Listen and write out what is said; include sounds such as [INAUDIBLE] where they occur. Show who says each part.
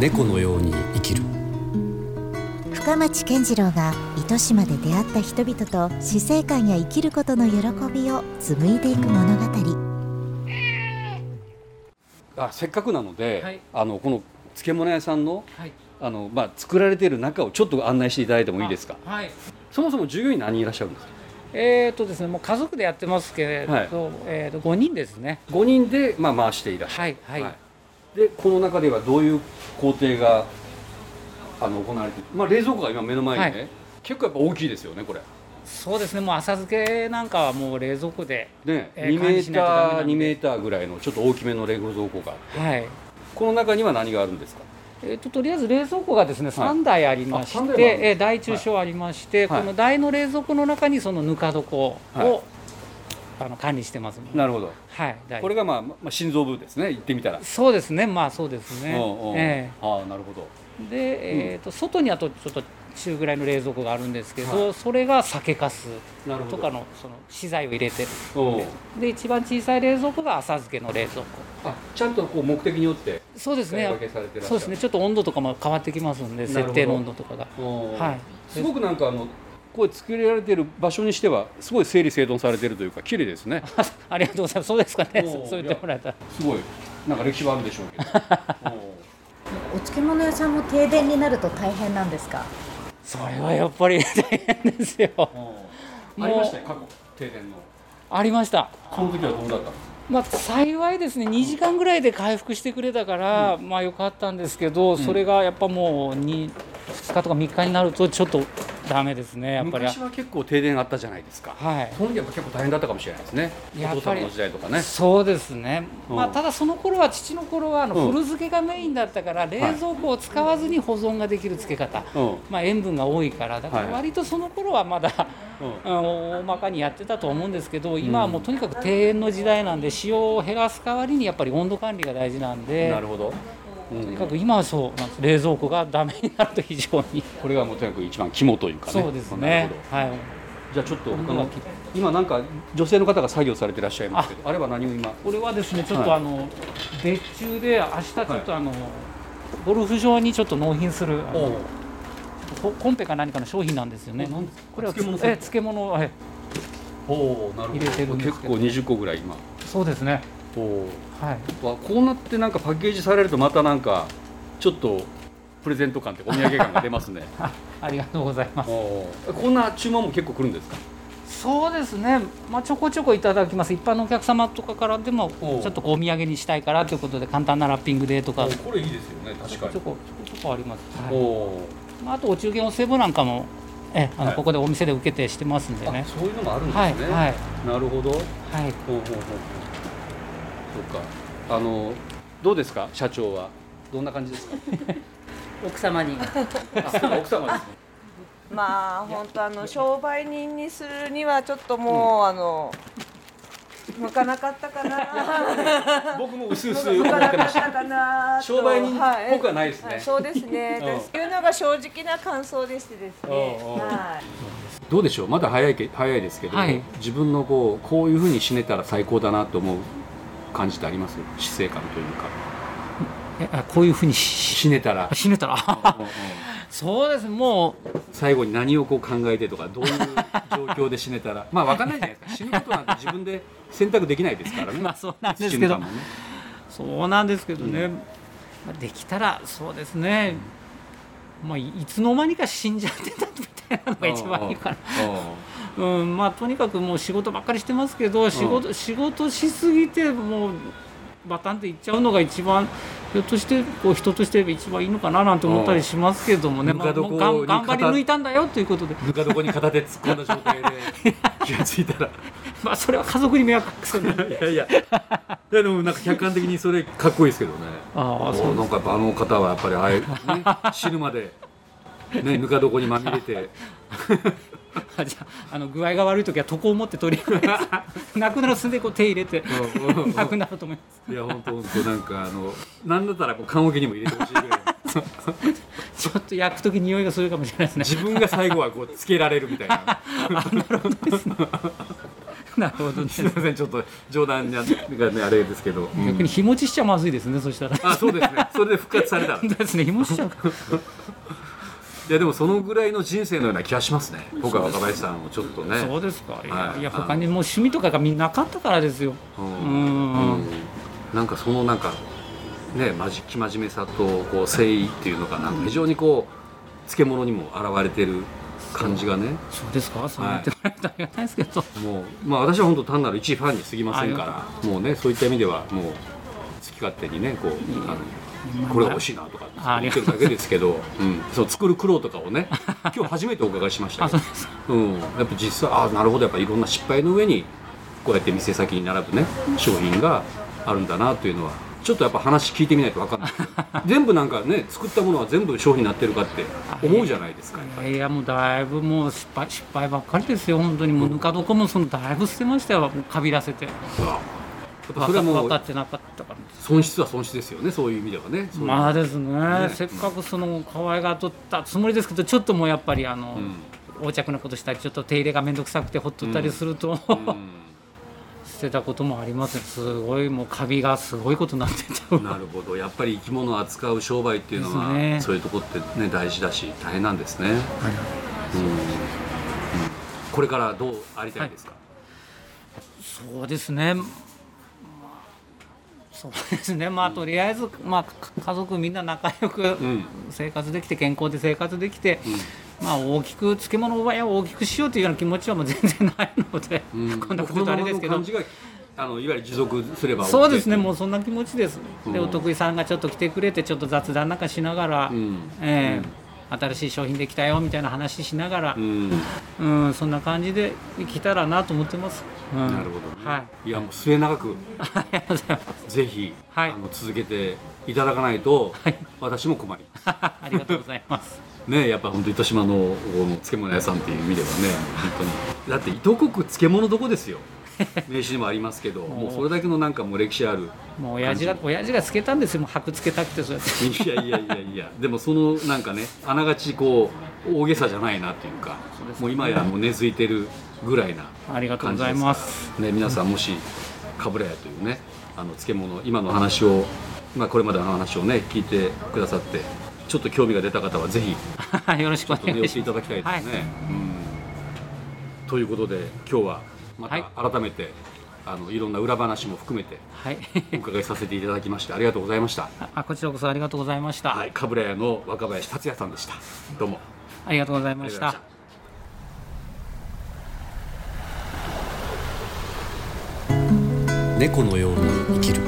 Speaker 1: 猫のように生きる
Speaker 2: 深町健次郎が糸島で出会った人々と死生観や生きることの喜びを紡いでいく物語
Speaker 1: あせっかくなので、
Speaker 3: はい
Speaker 1: あのこの漬物屋さんの
Speaker 3: はい。
Speaker 1: あの、まあ、作られている中をちょっと案内していただいてもいいですか
Speaker 3: はい。
Speaker 1: そもそも従業員何人いらっしゃるんですか
Speaker 3: えっ、とですね、もう家族でやってますけれど、
Speaker 1: はい
Speaker 3: えっ、と五人ですね。
Speaker 1: 5人で、まあ、回していらっしゃ
Speaker 3: は
Speaker 1: る、
Speaker 3: いはい。
Speaker 1: でこの中ではどういう工程があの行われている、まあ、冷蔵庫が今目の前にね、
Speaker 3: は
Speaker 1: 結構やっぱ大きいですよねこれ
Speaker 3: そうですね、もう浅漬けなんかはもう冷蔵庫で、
Speaker 1: ね、
Speaker 3: えー
Speaker 1: 2メ
Speaker 3: 管理し
Speaker 1: ー
Speaker 3: ないとダメ
Speaker 1: タ
Speaker 3: な
Speaker 1: ー
Speaker 3: んで
Speaker 1: 2メーターぐらいのちょっと大きめの冷蔵庫が
Speaker 3: はい。
Speaker 1: この中には何があるんですか
Speaker 3: えっととりあえず冷蔵庫がですね3台ありまして、
Speaker 1: あ三台もあるんです
Speaker 3: えー大中小ありまして、
Speaker 1: はい
Speaker 3: この台の冷蔵庫の中にそのぬか床を、
Speaker 1: はい
Speaker 3: あの管理してますもん
Speaker 1: なるほど
Speaker 3: はい台
Speaker 1: これが、まあ、まあ心臓部ですね言ってみたら、
Speaker 3: そうですねまあそうですね
Speaker 1: おうおう
Speaker 3: え
Speaker 1: ああなるほど
Speaker 3: えで、えー、と外にあとちょっと中ぐらいの冷蔵庫があるんですけど、
Speaker 1: は
Speaker 3: それが酒粕
Speaker 1: なるほど
Speaker 3: とかのその資材を入れてる
Speaker 1: おう
Speaker 3: で一番小さい冷蔵庫が浅漬けの冷蔵庫
Speaker 1: あちゃんとこう目的によって
Speaker 3: そうです
Speaker 1: 使い
Speaker 3: ね
Speaker 1: 分けされてらっしゃる
Speaker 3: そうですねちょっと温度とかも変わってきますんで
Speaker 1: なるほど
Speaker 3: 設定の温度とかが [LAUGHS] は
Speaker 1: はいすごくなんかあのこう作られている場所にしてはすごい整理整頓されているというか綺麗ですね
Speaker 3: ありがとうございますそうですかね
Speaker 1: おー
Speaker 3: そう言ってもらえたら
Speaker 1: すごいなんか歴史はあるんでしょうけど [LAUGHS] おう
Speaker 2: お漬物屋さんも停電になると大変なんですか
Speaker 3: それはやっぱり大変ですよ
Speaker 1: おう
Speaker 3: もう
Speaker 1: ありましたよ過去停電の
Speaker 3: ありました
Speaker 1: その時はどうだったの
Speaker 3: まあ幸いですね2時間ぐらいで回復してくれたから、まあよかったんですけど、それがやっぱもう 2, 2日とか3日になるとちょっとダメですねやっぱり
Speaker 1: 昔は結構停電あったじゃないですか
Speaker 3: はい
Speaker 1: その時は結構大変だったかもしれないですね
Speaker 3: や
Speaker 1: お父
Speaker 3: っぱ
Speaker 1: 様
Speaker 3: り
Speaker 1: の時代とかね
Speaker 3: そうですね、
Speaker 1: うん
Speaker 3: まあ、ただその頃は父の頃はあの
Speaker 1: うん
Speaker 3: 古漬けがメインだったから冷蔵庫を使わずに保存ができる漬け方、
Speaker 1: うんうん
Speaker 3: まあ、塩分が多いからだから
Speaker 1: はい
Speaker 3: 割とその頃はまだ、うん大まかにやってたと思うんですけど今はもうとにかく庭園の時代なんで塩を減らす代わりにやっぱり温度管理が大事なんで
Speaker 1: なるほどうん
Speaker 3: とにかく今はそうなんです冷蔵庫がダメになると非常に、
Speaker 1: これがもうとにかく一番肝というかね
Speaker 3: そうです
Speaker 1: なる
Speaker 3: ね
Speaker 1: ほど
Speaker 3: はい
Speaker 1: じゃあちょっと他
Speaker 3: 温度が
Speaker 1: の
Speaker 3: 切れ
Speaker 1: 今なんか女性の方が作業されてらっしゃいますけどあれは何を今
Speaker 3: これはですねちょっと
Speaker 1: はい
Speaker 3: あの、別注で明日ちょっとあの、ゴルフ場にちょっと納品するあのココンペか何かの商品なんですよね
Speaker 1: おなんですか
Speaker 3: これは
Speaker 1: 漬物
Speaker 3: え漬物はい
Speaker 1: おおなる
Speaker 3: 入れてるんです
Speaker 1: 結
Speaker 3: け
Speaker 1: 構
Speaker 3: ど
Speaker 1: 20個ぐらい今
Speaker 3: そうですね
Speaker 1: おお
Speaker 3: はい
Speaker 1: わこうなってなんかパッケージされるとまたなんかちょっとプレゼント感ってお土産感が出ます [LAUGHS] ね
Speaker 3: あありがとうございます
Speaker 1: おおこんな注文も結構来るんですか
Speaker 3: そうですね、まあ、ちょこちょこいただきます一般のお客様とかからでもち
Speaker 1: おう
Speaker 3: ょっとお土産にしたいからということで簡単なラッピングでとか
Speaker 1: お
Speaker 3: ち
Speaker 1: ーこれいいですよね
Speaker 3: ょこちょこちょこちょこあります、はい
Speaker 1: おお
Speaker 3: まあ、あとお中元お歳暮なんかもえあの、
Speaker 1: はい
Speaker 3: ここでお店で受けてしてますんで
Speaker 1: あ
Speaker 3: ね
Speaker 1: そういうのもあるんです
Speaker 3: はい
Speaker 1: ね、
Speaker 3: はい
Speaker 1: なるほどほうほ
Speaker 3: はい
Speaker 1: うほうほうそうかあのどうですか社長はどんな感じです [LAUGHS] か
Speaker 3: 奥様に
Speaker 1: あ奥様ですね
Speaker 4: まあ本当あの商売人にするにはちょっともう、あの向かなかったかな
Speaker 1: 僕も薄々
Speaker 4: 向
Speaker 1: 思
Speaker 4: か
Speaker 1: っ
Speaker 4: な
Speaker 1: て
Speaker 4: か
Speaker 1: ま
Speaker 4: っ
Speaker 1: した
Speaker 4: たかなと
Speaker 1: 商売人
Speaker 4: はい
Speaker 1: っぽくはないですね、
Speaker 4: はいそうですね
Speaker 1: うん
Speaker 4: というのが正直な感想でしてですね
Speaker 1: うんうん
Speaker 4: はい
Speaker 1: どうでしょうまだ早いけ早いですけど、
Speaker 3: はい
Speaker 1: 自分のこうこういうふうに死ねたら最高だなと思う感じってあります死生観というか
Speaker 3: あこういうふうにし
Speaker 1: 死ねた
Speaker 3: [LAUGHS]
Speaker 1: ら
Speaker 3: あ死ね
Speaker 1: [LAUGHS]
Speaker 3: たら
Speaker 1: うんうん
Speaker 3: そうですもう
Speaker 1: 最後に何をこう考えてとかどういう状況で死ねた
Speaker 3: [LAUGHS]
Speaker 1: らまあ分かんないじゃないですか死ぬことなんて自分で選択できないですからね
Speaker 3: [LAUGHS] まあそうなんです
Speaker 1: 瞬
Speaker 3: け
Speaker 1: 間
Speaker 3: ど
Speaker 1: もね
Speaker 3: そうなんですけどね、まあできたらそうですね、まあ、いいつの間にか死んじゃってたみたいなのが一番いいかなうんまあ、とにかくもう仕事ばっかりしてますけど仕事,、仕事しすぎてもうバタンっていっちゃうのが一番ひょっとしてこう人として一番いいのかななんて思ったりしますけどもね、
Speaker 1: うん
Speaker 3: まあ、もう
Speaker 1: ぬか床
Speaker 3: 頑
Speaker 1: に
Speaker 3: 頑張り
Speaker 1: 片
Speaker 3: 抜いたんだよということで、 [LAUGHS]
Speaker 1: ぬか床に片手突っ込んだ状態で気がついたら
Speaker 3: まあ、それは家族に迷惑かくせない
Speaker 1: いやいやいやでもなんか客観的にそれかっこいいですけどね
Speaker 3: ああそう
Speaker 1: なんかやっぱあの方はやっぱりああいう、ね、 [LAUGHS] 死ぬまで、ね、ぬか床にまみれて
Speaker 3: あ [LAUGHS] じゃああの具合が悪い時は床を持ってとりあえず [LAUGHS] なくなる寸でこう手入れて
Speaker 1: うんうんうん
Speaker 3: なくなると思います
Speaker 1: いや本当本当なんかあのなんだったらこう棺桶にも入れてほしい [LAUGHS] ぐらい
Speaker 3: ちょっと焼く時匂いがするかもしれないですね
Speaker 1: [LAUGHS] 自分が最後はこうつけられるみたいな
Speaker 3: なるほどね
Speaker 1: すみませんちょっと冗談がねあれですけど、うん
Speaker 3: 逆に日持ちしちゃまずいですねそしたら [LAUGHS]
Speaker 1: あそうですねそれで復活されたい
Speaker 3: ですね日持ちしちゃうか
Speaker 1: やでもそのぐらいの人生のような気がしますね僕は若林さんをちょっとね
Speaker 3: そうですかいや,、
Speaker 1: はい
Speaker 3: い、や他にもう趣味とかがみんななかったからですよ
Speaker 1: うん
Speaker 3: うん
Speaker 1: うんなんかそのなんかねまじ生真面目さとこう誠意っていうのかな非常にこう漬物にも現れてる感じがね
Speaker 3: そうですかそうやってもらえたらありがたいですけど、
Speaker 1: もうまあ私は本当単なる一ファンに過ぎませんからもうねそういった意味ではもう好き勝手にねこうあのこれが欲しいなとか
Speaker 3: あ
Speaker 1: 言ってるだけですけど、うん、そう作る苦労とかを [LAUGHS] ね今日初めてお伺いしました
Speaker 3: あ
Speaker 1: け
Speaker 3: そう
Speaker 1: ど
Speaker 3: で、すか
Speaker 1: うん、やっぱ実際ああなるほどやっぱいろんな失敗の上にこうやって店先に並ぶね商品があるんだなというのはちょっとやっぱ話聞いてみないと分か [LAUGHS] んない全部なんかね作ったものは全部商品になってるかって思うじゃないですかやっぱ
Speaker 3: い
Speaker 1: り
Speaker 3: やいやもうだいぶもう失敗失敗ばっかりですよ本当にもうぬか床もそのだいぶ捨てましたよもうかびらせて
Speaker 1: やっぱそ
Speaker 3: 分
Speaker 1: れ
Speaker 3: か
Speaker 1: はも
Speaker 3: 分
Speaker 1: う
Speaker 3: かってなかったからです
Speaker 1: 損失は損失ですよねそういう意味ではねそういう
Speaker 3: まあですね
Speaker 1: ね
Speaker 3: せっかくその可愛がっとったつもりですけどちょっともうやっぱりあの、
Speaker 1: ん
Speaker 3: 横着なことしたりちょっと手入れが面倒くさくてほっとったりすると、
Speaker 1: う
Speaker 3: [LAUGHS] 捨てたこともありますねすごいもうカビがすごいことになってた
Speaker 1: んなるほどやっぱり生き物を扱う商売っていうのは、
Speaker 3: ですね
Speaker 1: そういうとこってね大事だし大変なんですね、うんうんこれからどうありたいですか、
Speaker 3: そうですね。まあそうですね。まあとりあえずまあか家族みんな仲良く
Speaker 1: ん
Speaker 3: 生活できて健康で生活できて、まあ大きく漬物を大きくしようというような気持ちはもう全然ないので、
Speaker 1: うん
Speaker 3: こんなこ
Speaker 1: この
Speaker 3: と言うと
Speaker 1: ま
Speaker 3: あれ
Speaker 1: ま
Speaker 3: です
Speaker 1: の
Speaker 3: けど
Speaker 1: 感。じがあのいわゆる持続すれば OK
Speaker 3: そうですね、もうそんな気持ちです。で、
Speaker 1: うん
Speaker 3: お得意さんがちょっと来てくれて、ちょっと雑談なんかしながら、
Speaker 1: ん
Speaker 3: ええ新しい商品できたよみたいな話しながら
Speaker 1: う、ん、な
Speaker 3: うん、そんな感じで生きたらなと思ってます。う
Speaker 1: る
Speaker 3: ん
Speaker 1: ほど、ね、
Speaker 3: はい [LAUGHS]
Speaker 1: やもう末永く
Speaker 3: ありがとうございます。
Speaker 1: ぜひ、
Speaker 3: はい
Speaker 1: あの続けていただかないと、私も困ります
Speaker 3: ありがとうございます。
Speaker 1: ねやっぱ本当糸島のこの漬物屋さんっていう意味ではね本当にだって糸国漬物どこです
Speaker 3: [LAUGHS]
Speaker 1: よ名刺にもありますけどもうそれだけのなんかもう歴史ある
Speaker 3: もう親父が親父がつけたんですよ。もう白つけたくてそうやって。
Speaker 1: いやいやいやいやでもそのなんかねあながちこう大げさじゃないなっていうか
Speaker 3: そうですね
Speaker 1: もう今やもう根付いてるぐらいな
Speaker 3: ありがとう
Speaker 1: 感
Speaker 3: ご
Speaker 1: じで
Speaker 3: ざい
Speaker 1: す
Speaker 3: ます。
Speaker 1: ね、皆さんもしかぶれ屋というねあの漬物今の話を、まあ、これまでの話をね聞いてくださってちょっと興味が出た方はぜひ [LAUGHS]
Speaker 3: よろしくお
Speaker 1: お寄
Speaker 3: 願い
Speaker 1: せ
Speaker 3: し
Speaker 1: い
Speaker 3: ま
Speaker 1: た
Speaker 3: す。
Speaker 1: だきたいですね。うんということで今日はま
Speaker 3: はい
Speaker 1: た改めて、あのいろんな裏話も含めて
Speaker 3: はい。
Speaker 1: お伺いさせていただきましてありがとうございました。
Speaker 3: あこちらこそありがとうございました。
Speaker 1: はい、かぶれ屋の若林達也さんでした。どうも
Speaker 3: ありがとうござい
Speaker 1: あ
Speaker 3: ま
Speaker 1: りがとうご
Speaker 3: し
Speaker 1: ざいました
Speaker 3: た。。
Speaker 5: 猫のように生きる